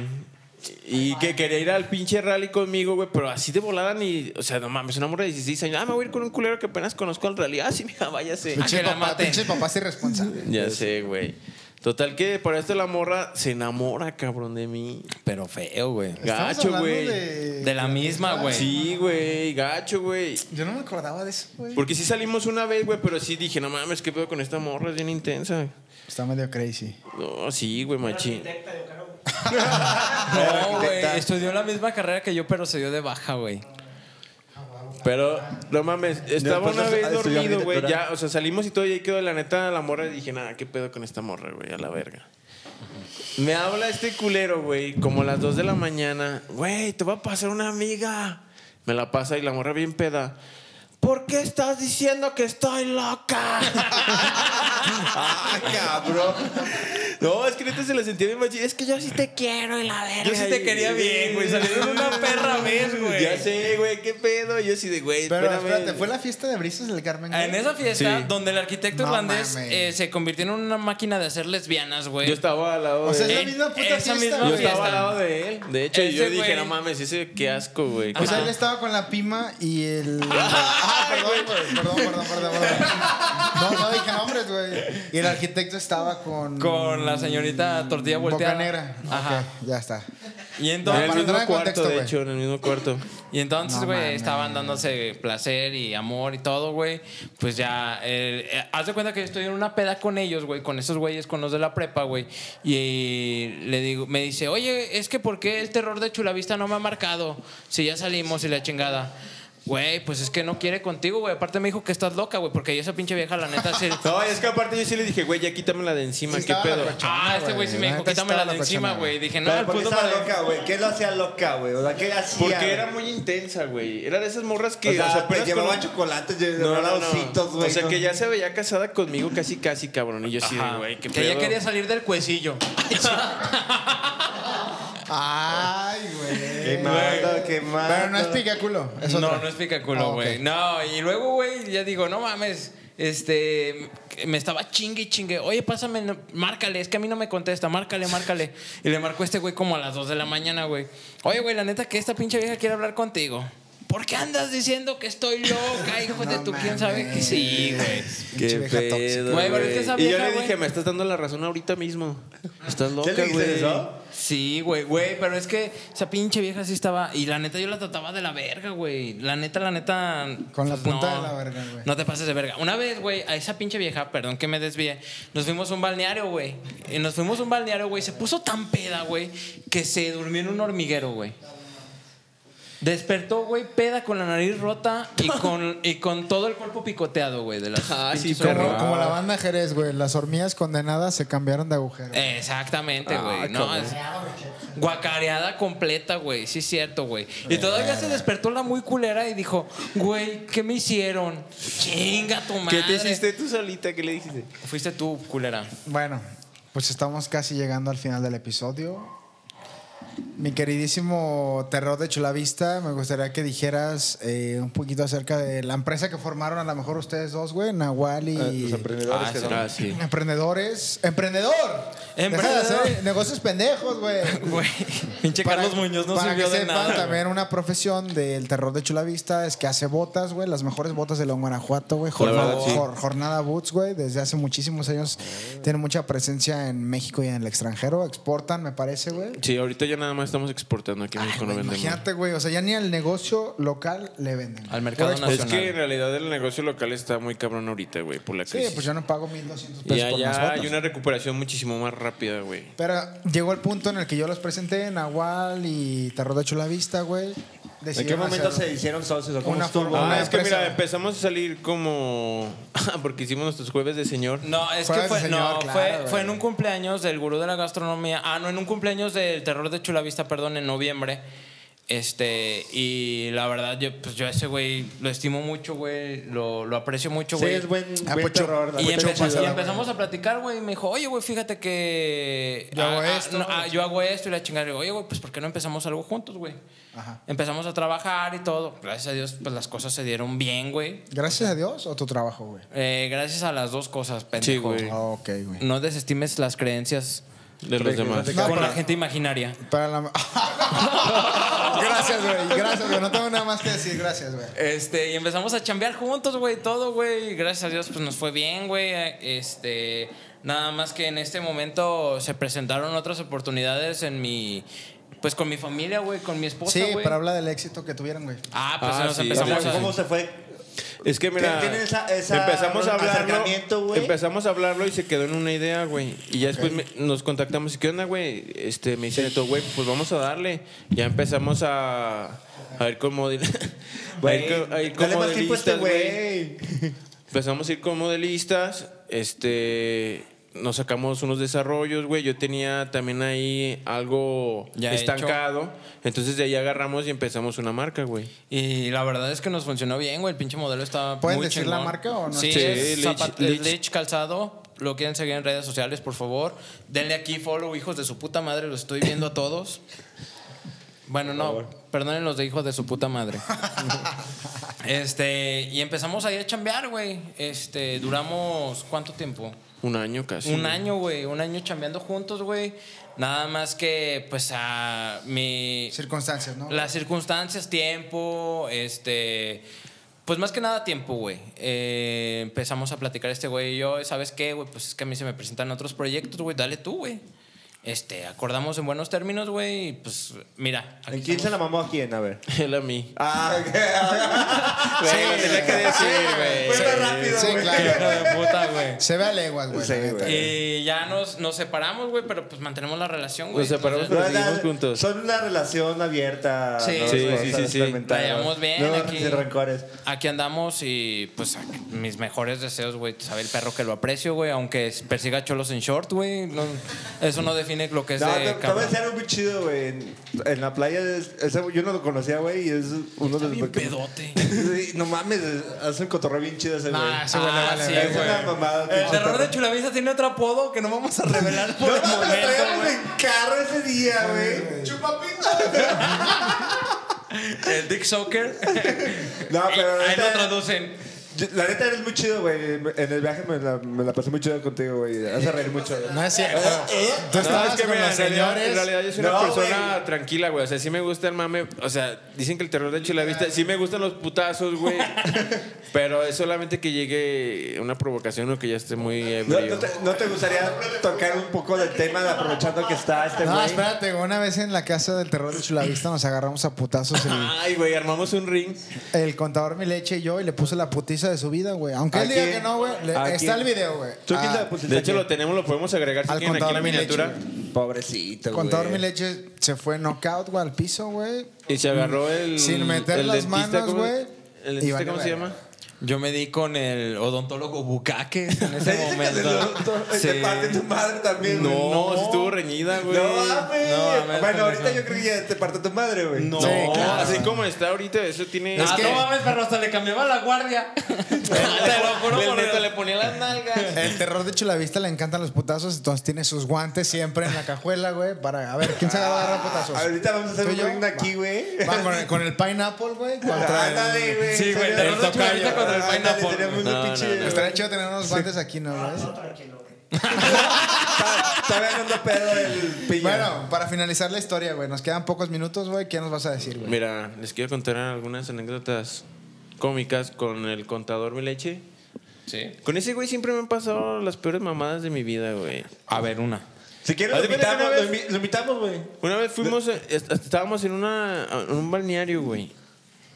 D: Y que quería ir al pinche rally conmigo, güey, pero así de volada ni... O sea, no mames, una morra de 16 años. Ah, me voy a ir con un culero que apenas conozco al rally. Ah, sí, mija, váyase.
A: Ah,
B: Pinches
A: que la
B: papás,
A: maten.
B: pinches papás irresponsables.
D: Ya sé, güey. Total que para esto la morra se enamora, cabrón, de mí.
A: Pero feo, güey.
B: Estamos
D: Gacho,
B: hablando
D: güey.
B: de-
A: De la misma, güey.
D: Sí, güey, gacho, güey.
B: Yo no me acordaba de eso, güey.
D: Porque sí salimos una vez, güey, pero sí dije, no mames, ¿qué pedo con esta morra? Es bien intensa.
B: Está medio crazy.
A: Eh,
D: No, sí, güey, machín.
A: No, güey. Estudió la misma carrera que yo, pero se dio de baja, güey.
D: Pero, no mames, estaba
C: Después
D: una
C: de-
D: vez
C: de estudiar
D: dormido, güey.
C: arquitectura.
D: Ya, o sea, salimos y todo, y ahí quedó la neta la morra. Y dije, nada, ¿qué pedo con esta morra, güey? A la verga. Me habla este culero, güey, como a las 2 de la mañana. Güey, te va a pasar una amiga. Me la pasa y la morra bien peda. ¿Por qué estás diciendo que estoy loca?
C: Ah, cabrón.
D: no, es que neta se la sentía bien machín. Es que yo sí te quiero y la verga.
A: Yo sí te
D: Y-
A: quería bien, güey. Salieron una perra vez, güey.
D: Ya sé, güey, qué pedo. Yo sí de, güey,
B: Pero
D: espérame.
B: espérate, ¿fue la fiesta de brisas del Carmen? güey?
A: En esa fiesta,
D: Sí.
A: donde el arquitecto
B: No
A: irlandés
B: mames.
A: eh, se convirtió en una máquina de hacer lesbianas, güey.
D: Yo estaba al lado
B: O sea,
D: de
B: es la
A: En
B: misma puta
A: esa
B: fiesta.
A: misma
B: güey.
D: Yo
A: fiesta.
D: estaba al lado de él. De hecho,
A: Ese
D: yo dije,
A: güey.
D: no mames, ese qué asco, güey.
B: O sea, él estaba con la pima y el. Ah, perdón, güey. Perdón, perdón, perdón, perdón. No, no dije nombres, güey. Y el arquitecto estaba con.
A: Con la señorita tortilla volteada.
B: Boca negra.
A: Ajá.
B: Ajá. ya está.
A: Y
D: en
A: entonces,
D: el
B: para
D: mismo
B: entrar en
D: cuarto,
B: contexto,
D: de
B: güey.
D: hecho, en el mismo cuarto.
A: Y entonces,
B: No
A: güey,
B: mames.
A: estaban dándose placer y amor y todo, güey. Pues ya, eh, eh, haz de cuenta que yo estoy en una peda con ellos, güey, con esos güeyes, con los de la prepa, güey. Y le digo, me dice, oye, es que ¿por qué el terror de Chulavista no me ha marcado? Si ya salimos y la chingada. Güey, pues es que no quiere contigo, güey. Aparte me dijo que estás loca, güey, porque esa pinche vieja, la neta, sí.
D: No, es que aparte yo sí le dije, güey, ya quítamela de encima,
B: Sí,
D: qué
B: estaba
D: pedo.
B: la cochona,
A: Ah, este güey sí me
B: La
A: dijo,
B: neta
A: quítamela
B: estaba
A: de
B: la
A: encima,
B: cochona,
A: güey. Dije, no,
C: Pero
A: el
C: ¿por qué
A: puto
C: estaba
A: me-
C: loca, güey? ¿Qué lo hacía loca, güey? O sea, ¿qué hacía? güey?
D: Porque era muy intensa, güey. Era de esas morras que.
C: o sea, te
D: apenas
C: llevaba
D: con-
C: chocolates, llevaba
D: No, no, no.
C: ositos, güey.
D: O sea,
C: ¿no?
D: que ya se veía casada conmigo casi, casi, cabrón. Y yo sí,
A: Ajá,
D: güey, qué
A: que
D: pedo.
A: ya quería salir del cuecillo.
B: Ay,
C: Qué
B: güey.
C: malo, qué malo.
B: Pero no es picaculo. Es
A: no,
B: otra.
A: no es picaculo,
B: Ah,
A: güey.
B: ok.
A: No, y luego, güey, ya digo, no mames. Este, me estaba chingue y chingue. Oye, pásame, no- márcale, es que a mí no me contesta, márcale, márcale. Y le marcó este güey como a las 2 de la mañana, güey. Oye, güey, la neta que esta pinche vieja quiere hablar contigo. ¿Por qué andas diciendo que estoy loca, hijo de
B: No
A: tu quién sabe que
B: mames.
A: sí, güey?
B: Pinche vieja tóxica.
A: Güey, pero es que esa
D: Y yo
A: vieja,
D: le
A: güey.
D: dije, me estás dando la razón ahorita mismo. Estás
C: ¿Sí
D: loca,
C: le dijiste
D: güey.
C: eso?
A: Sí, güey, güey, pero es que esa pinche vieja sí estaba. Y la neta, yo la trataba de la verga, güey. La neta, la neta. pues,
B: Con la punta de la verga, güey.
A: No te pases de verga. Una vez, güey, a esa pinche vieja, perdón que me desvíe, nos fuimos a un balneario, güey. y nos fuimos a un balneario, güey. Se puso tan peda, güey, que se durmió en un hormiguero, güey. Despertó, güey, peda con la nariz rota y con, y con todo el cuerpo picoteado, güey, de las
D: Ah, sí,
A: pinches
D: perro.
A: hormigas.
B: Como, como la banda Jerez, güey. Las hormigas condenadas se cambiaron de agujero.
A: Exactamente,
D: Ah,
A: güey. no,
D: cabrón.
A: es guacareada completa, güey. Sí, es cierto, güey. Y todavía se despertó la muy culera y dijo, güey, ¿qué me hicieron? Chinga tu madre.
D: ¿Qué te hiciste tú solita? ¿Qué le dijiste?
A: Fuiste tú, culera.
B: Bueno, pues estamos casi llegando al final del episodio. Mi queridísimo terror de Chulavista, me gustaría que dijeras eh, un poquito acerca de la empresa que formaron a lo mejor ustedes dos, güey, Nahual y...
C: Eh, Los emprendedores
A: Ah,
C: que
A: sí.
C: son.
D: Ah, sí.
B: Emprendedores. ¡Emprendedor!
A: Emprendedor.
B: Deja de hacer negocios pendejos, güey.
A: Güey, pinche Carlos Muñoz no
B: para
A: sirvió
B: que
A: de
B: sepan,
A: nada. güey.
B: también una profesión del terror de Chulavista es que hace botas, güey, las mejores botas de León, Guanajuato, güey. Jornada,
D: verdad, sí.
B: jor- jornada Boots, güey, desde hace muchísimos años tiene mucha presencia en México y en el extranjero. Exportan, me parece, güey.
D: Sí, ahorita ya nada más estamos exportando aquí en México, no
B: Ah, Güey,
D: vendemos.
B: Imagínate, güey, o sea, ya ni al negocio local le venden.
A: Al mercado
B: Por expo-
A: nacional.
D: Pues Es que en realidad el negocio local está muy cabrón ahorita, güey, por la
B: Sí,
D: crisis.
B: pues yo no pago 1200
D: y
B: pesos por unas
D: allá
B: botas.
D: hay una recuperación muchísimo más rápida, güey.
B: Pero llegó el punto en el que yo los presenté, Nahual y Terror de Chulavista, güey.
C: ¿En qué
B: Decidieron
C: momento
B: hacer-
C: se hicieron socios? o cómo
B: Una
C: estuvo?
B: forma-
D: Ah,
B: una
D: es que
B: empresa.
D: mira, empezamos a salir como... porque hicimos nuestros jueves de señor.
A: No, es que
B: Jueves
A: fue,
B: de
A: no,
B: señor, claro,
A: fue,
B: güey.
A: fue en un cumpleaños del gurú de la gastronomía. Ah, no, en un cumpleaños del terror de Chulavista, perdón, en noviembre. Este, y la verdad, yo, pues yo a ese güey lo estimo mucho, güey. Lo, lo aprecio mucho,
C: Sí,
A: güey.
C: es buen,
B: Ah,
C: buen
B: pues,
C: terror.
A: y,
C: buen
A: empezó-
C: terror.
A: y empezamos a platicar, güey. Y me dijo, oye, güey, fíjate que.
B: Yo hago esto,
A: no,
B: güey.
A: ah, yo hago esto y la chingada. Le digo, oye, güey, pues ¿por qué no empezamos algo juntos, güey?
B: Ajá.
A: Empezamos a trabajar y todo. Gracias a Dios, pues las cosas se dieron bien, güey.
B: ¿Gracias a Dios o tu trabajo, güey?
A: Eh, gracias a las dos cosas, pendejo.
D: güey.
B: Ah, ok, güey.
A: No desestimes las creencias
D: De los demás.
B: No,
A: con
B: pero-
A: la gente imaginaria.
B: Para la... gracias, güey. Gracias, güey. No tengo nada más que decir. Gracias, güey.
A: Este, y empezamos a chambear juntos, güey, todo, güey. Y Gracias a Dios, pues nos fue bien, güey. Este, nada más que en este momento se presentaron otras oportunidades en mi, pues con mi familia, güey, con mi esposa,
B: Sí,
A: güey.
B: pero habla del éxito que tuvieron, güey.
A: Ah, pues
D: Ah,
A: nos
D: sí.
A: empezamos
C: O sea,
A: a...
C: ¿Cómo se fue?
D: Es que mira,
C: Tienen esa- esa-
D: empezamos a hablarlo,
C: acercamiento, güey.
D: empezamos a hablarlo y se quedó en una idea, güey. Y ya después me- nos contactamos y qué onda, güey. Este, me dice Neto, güey, pues vamos a darle. Ya empezamos a a ir con model, a ir con, a ir con
C: Dale más tiempo a este
D: modelistas, güey.
C: güey.
D: Empezamos a ir con modelistas, este, nos sacamos unos desarrollos, güey. Yo tenía también ahí algo
A: Ya
D: estancado, entonces de ahí agarramos y empezamos una marca, güey.
A: Y la verdad es que nos funcionó bien, güey. El pinche modelo estaba
B: ¿Pueden
A: muy
B: decir
A: chingón.
B: la marca o no?
A: Sí,
D: Sí,
A: es
D: Lich-
A: Zapat-
D: Lich.
A: es Lich Calzado. Lo quieren seguir en redes sociales, por favor. Denle aquí follow, hijos de su puta madre. Los estoy viendo a todos. Bueno, no, perdonen los de hijos de su puta madre. Este, y empezamos ahí a chambear, güey. Este, duramos ¿cuánto tiempo?
D: Un año casi.
A: Un
D: güey.
A: año, güey, un año chambeando juntos, güey. Nada más que pues a mi
B: Circunstancias, ¿no?
A: las circunstancias, tiempo, este. Pues más que nada tiempo, güey. Eh, empezamos a platicar este güey y yo, ¿sabes qué, güey? Pues es que a mí se me presentan otros proyectos, güey. Dale tú, güey. Este, acordamos en buenos términos, güey. Y pues, mira. aquí
C: ¿En quién se la
A: estamos.
C: mamó a quién? A ver.
D: Él a mí.
C: Ah, ok.
D: Güey, lo tenía que decir, güey.
C: Fue más
D: Sí,
C: rápido,
B: sí,
C: güey.
B: claro.
A: Hijo de puta, güey.
B: Se ve a leguas, güey.
C: Sí,
B: la neta.
C: güey.
A: Y ya nos, nos separamos, güey, pero pues mantenemos la relación, güey.
D: Nos separamos,
A: Entonces,
D: pero seguimos juntos.
C: Son una relación abierta.
A: Sí.
C: nuevas
A: Sí,
D: sí,
C: cosas,
D: sí, sí.
C: experimentadas.
A: La llevamos bien
C: Nuevos
A: aquí.
C: rencores.
A: Aquí andamos y pues ac- mis mejores deseos, güey. Sabe el perro que lo aprecio, güey. Aunque es- persiga cholos en short, güey. no- eso no define lo que es
C: No,
A: de
C: te, te voy a
A: cabrón.
C: decir algo muy chido, güey. En, en la playa, es- ese- yo no lo conocía, güey, y es uno de los.
A: bien
C: porque-
A: pedote.
C: Sí, no mames, hace un cotorreo bien chido ese, güey.
B: Nah, ese güey le
A: Ah,
B: vale
A: sí,
B: verga.
C: es una mamada.
A: El
C: pinche
A: terror
C: cotorreo.
A: de Chulavisa tiene otro apodo que no vamos a revelar por
C: No,
A: el
C: no, lo
A: momento,
C: traíamos
A: güey.
C: en carro ese día, güey.
A: El Dick Soccer.
C: No,
D: Eh,
C: pero este- la
A: Ahí lo
C: neta,
A: traducen.
C: yo- la neta eres muy chido, güey. En el viaje me la, me la pasé muy chido contigo, güey. Hace reír mucho, güey.
B: No es cierto.
C: Eh,
B: Tú
D: No,
B: estabas
D: es que
B: con
D: mira,
B: los
D: en realidad,
B: señores.
D: en realidad yo soy una
C: No,
D: persona tranquila, güey. O sea, sí me gusta el mame. O sea, dicen que el terror de Chulavista. Sí me gustan los putazos, güey. pero es solamente que llegue una provocación o que ya esté muy
C: No,
D: ebrio.
C: no te, no te gustaría tocar un poco del tema de aprovechando que está este
B: No,
C: güey?
B: espérate, güey, una vez en la casa del terror de Chulavista nos agarramos a putazos el,
D: Ay, güey, armamos un ring.
B: el contador mi leche y yo y le puse la putiza de su vida, güey. Aunque él
C: ¿A
B: diga
C: quién?
B: que no, güey, le-
C: ¿A
B: está
C: quién?
B: el video, güey.
C: ¿Tú quién
B: Ah,
C: sabe? Pues,
D: De hecho, lo tenemos, lo podemos agregar. Si
B: Al
D: quieren, aquí en la
B: contador Mileche,
D: miniatura.
B: güey.
C: Pobrecito, güey.
B: Contador Mileche se fue knockout, güey, al piso, güey.
D: Y se agarró el.
B: Mm, Sin meter
D: el
B: las
D: dentista,
B: manos,
D: ¿cómo-
B: güey,
D: ¿El
B: y
D: dentista
B: vale
D: cómo se
B: verga.
D: llama?
A: Yo me di con el odontólogo Bucaque en
C: Te
A: ese
C: dice que te
A: momento.
C: lo-
A: Sí.
C: te parte tu madre también, güey.
D: No, sí estuvo reñida, güey.
C: No
B: ah, pues.
C: mames.
A: No mames,
C: bueno, ahorita
A: pendejo.
C: yo creo que ya te parte tu madre, güey.
D: No,
B: Sí, claro.
D: así como está ahorita, eso tiene.
A: Ah,
B: Es que-
A: no mames, pero hasta le cambiaba la guardia. Te lo juro
D: El
A: por
D: neta
A: Dios.
D: le ponía las nalgas.
B: El terror de Chulavista le encantan los putazos, entonces tiene sus guantes siempre en la cajuela, güey, para a ver quién se agarra a putazos.
C: Ahorita vamos a hacer
B: ¿Tú
C: un
B: y yo?
C: ring aquí, güey.
B: Va con el, con el pineapple, güey, contra el-
C: Ándale, güey.
A: Sí, güey,
C: Sería
A: el
C: una
A: tocayo
C: chuladita
A: contra el
C: Ándale,
A: pineapple.
C: seríamos un
D: No,
C: pinche-
D: no,
B: Estaría chido tener unos guantes aquí, ¿no? güey?
C: Está- Está ganando pedo el piña.
B: Bueno, para finalizar la historia, güey, nos quedan pocos minutos, güey, ¿qué nos vas a decir, güey?
D: Mira, les quiero contar algunas anécdotas cómicas con el contador Mileche.
A: Sí.
D: Con ese güey siempre me han pasado las peores mamadas de mi vida, güey.
A: A ver, una.
C: si quieres,
D: Haz
C: lo
D: de cuenta que
C: invitamos,
D: una
C: lo invi- lo invitamos, güey.
D: Una vez fuimos, eh, est- estábamos en, una, en un balneario, güey.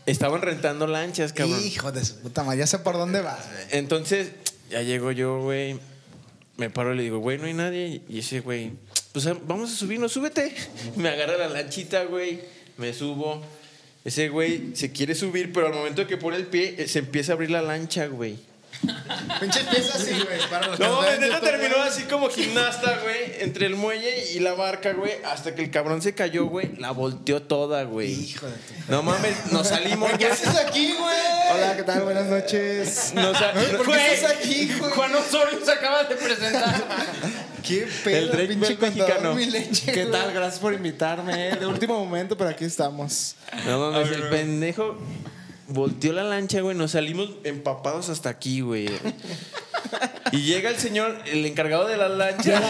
D: Estaban rentando lanchas, cabrón.
B: Hijo de su puta madre, ya sé por dónde vas, güey.
D: Entonces, ya llego yo, güey. Me paro y le digo, güey, no hay nadie. Y ese güey, pues ah, vamos a subirnos, súbete. Me agarra la lanchita, güey. Me subo. Ese güey se quiere subir, pero al momento que pone el pie, eh, se empieza a abrir la lancha, güey.
B: Pinches piezas así, güey, para los que
D: No,
B: nos ven
D: mames, neta
B: YouTube,
D: terminó
B: güey.
D: así como gimnasta, güey, entre el muelle y la barca, güey, hasta que el cabrón se cayó, güey, la volteó toda, güey.
B: Hijo de tu-
D: No mames, nos salimos,
B: ¿Por
D: güey.
B: qué haces aquí, güey?
C: Hola, ¿qué tal? Buenas noches.
D: Nos sa-
B: ¿Por
A: Güey.
B: qué estás aquí, güey?
A: Juan Osorio se acaba de presentar.
B: ¿Qué
D: El
B: pedo,
D: Drake Bell
B: pinche
D: mexicano.
B: contador mi leche,
E: ¿Qué
B: güey?
E: tal? Gracias por invitarme. eh. De último momento, pero aquí estamos.
D: No mames, el pendejo volteó la lancha, güey. Nos salimos empapados hasta aquí, güey. Y llega el señor, el encargado de la lancha.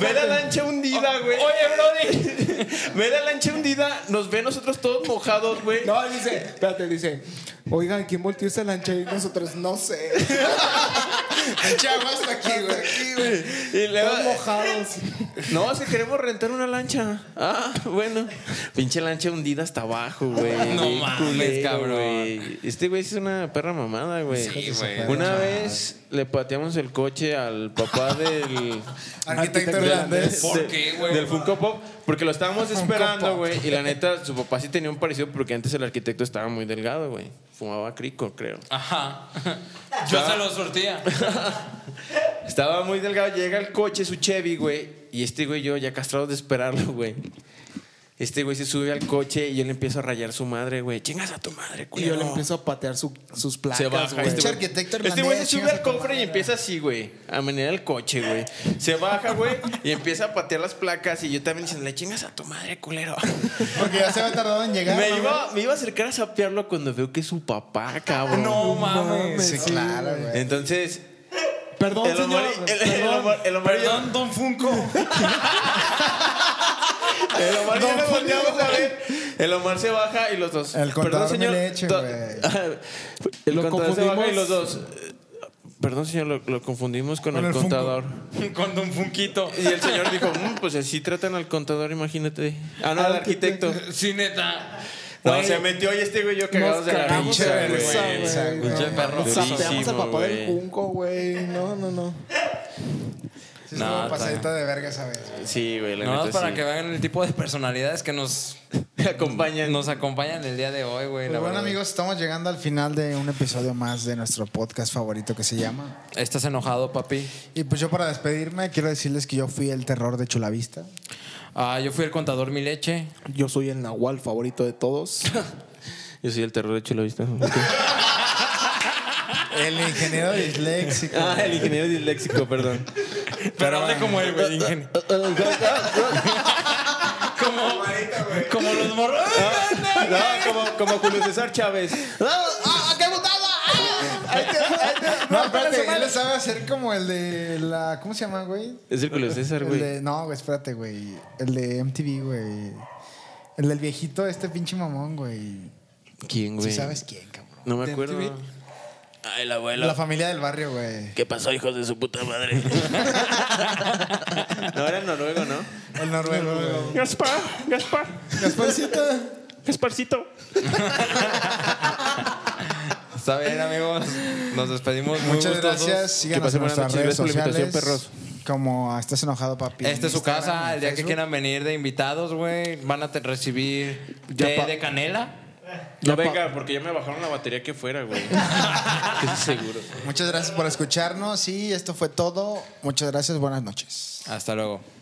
D: ve la lancha hundida, güey. Oye, Brody. ve la lancha hundida, nos ve a nosotros todos mojados, güey.
E: No, dice, espérate, dice, oigan, ¿quién volteó esa lancha? Y nosotros, no sé.
B: Pinche agua hasta aquí, güey.
D: y le eh,
E: Todos mojados.
D: No, es que queremos rentar una lancha. Ah, bueno. Pinche lancha hundida hasta abajo, güey.
A: No
D: Bien
A: mames,
D: culero,
A: cabrón.
D: güey. Este güey es una perra mamada, güey.
A: Sí, güey.
D: Una vez le pateamos el coche al papá del.
B: Arquitecto
D: del-
B: irlandés.
A: ¿Por
D: del-
A: qué, güey?
D: Del Funko Pop. Porque lo estábamos esperando,
B: Pop.
D: güey. Y la neta, su papá sí tenía un parecido porque antes el arquitecto estaba muy delgado, güey. Fumaba crico, creo.
A: Ajá. Yo se lo sortía.
D: Estaba muy delgado, llega el coche, su Chevy, güey. Y este güey, yo ya castrado de esperarlo, güey. Este güey se sube al coche y yo le empiezo a rayar su madre, güey. Chingas a tu madre,
E: Y
D: güey.
E: yo le empiezo a patear su- sus placas.
D: Se baja.
E: güey.
D: Este güey,
B: arquitecto
D: Este güey se
B: irlandés,
D: sube
B: chingas
D: al
B: a tu
D: cofre y
B: madre.
D: empieza así, güey. A menear el coche, güey. Se baja, güey. Y empieza a patear las placas. Y yo también diciendo, le chingas a tu madre, culero.
B: Porque ya se había tardado en llegar.
D: Me
B: ¿no,
D: iba, me iba a acercar a sapearlo cuando veo que es su papá, cabrón.
A: No
B: güey?
A: mames.
B: Sí, claro, güey.
D: Eh, Entonces,
E: Perdón,
D: el
E: señor.
D: Omar, el, el,
E: perdón.
D: Omar- el Omar-
A: Perdón, Don Funko.
D: El Omar ya lo volteamos a ver. El Omar se baja y los dos.
B: El contador
D: Perdón, señor.
B: me le eche,
D: Do- el
E: Lo
D: contador se baja y
E: confundimos.
D: los dos. eh, Perdón, señor, lo, lo confundimos con,
B: Con
D: el,
B: el Funko.
D: contador.
A: Con Don Funquito.
D: Y el señor dijo, "Mm, pues así tratan al contador, imagínate. Ah, no, al arquitecto.
A: Sí, neta.
D: No, se metió y este güey y yo cagados
E: Nos
D: de la
E: cagamos
D: risa,
E: de
D: güey.
E: risa,
B: güey.
E: güey.
A: Pinche
E: No,
A: perro
E: nos
D: durísimo,
E: zapeamos al papá del
D: güey.
E: junco, güey. No, no, no.
B: Sí, estuvo
D: No,
B: pasadita de verga esa vez. güey.
D: Sí, güey, la
A: Nada más
D: neta,
A: para
D: sí.
A: que vean el tipo de personalidades que nos,
D: acompañan.
A: nos acompañan el día de hoy, güey. la
B: Pues bueno,
A: verdad.
B: amigos, estamos llegando al final de un episodio más de nuestro podcast favorito que se llama.
A: ¿Estás enojado, papi?
B: Y pues yo para despedirme quiero decirles que yo fui el terror de Chulavista.
A: Ah, yo fui el contador mi leche.
E: Yo soy el Nahual favorito de todos.
D: Yo soy el terror de Chulavista.
B: El ingeniero disléxico.
D: ah, el ingeniero disléxico, perdón.
A: Pero habla como él, güey, ingenio. como, como los morros.
D: No, como, como Julio César Chávez.
B: No, espérate, él le sabe hacer como el de la... ¿Cómo se llama, güey?
D: Es el Julio César,
B: El
D: güey.
B: de- no, güey, espérate, güey. El de MTV, güey. El del viejito, este pinche mamón, güey.
D: ¿Quién,
B: Si
D: güey?
B: sabes quién, cabrón.
D: No me
E: ¿De
D: acuerdo.
E: MTV?
D: Ay, el abuelo.
B: La familia del barrio, güey.
D: ¿Qué pasó, hijos de su puta madre? no era noruego, ¿no?
B: El noruego, güey.
F: Gaspar, Gaspar,
B: Gasparcito.
F: Gasparcito.
A: Está bien, amigos. Nos despedimos. Muy
B: Muchas
A: gustosos.
B: gracias.
D: Que
B: Síganos
D: pasen
B: en
D: buenas
B: nuestras redes
D: noches. Gracias por la
B: sociales.
D: invitación,
B: Como ah, estás enojado, papi.
A: Esta es su
B: Instagram,
A: casa. El día que
B: Facebook.
A: quieran venir de invitados, güey, van a te- recibir
C: Ya
A: té
C: pa-
A: de canela.
D: No venga, porque ya me bajaron la batería que fuera, güey. Estoy seguro.
B: Muchas gracias por escucharnos y esto fue todo. Muchas gracias. Buenas noches.
A: Hasta luego.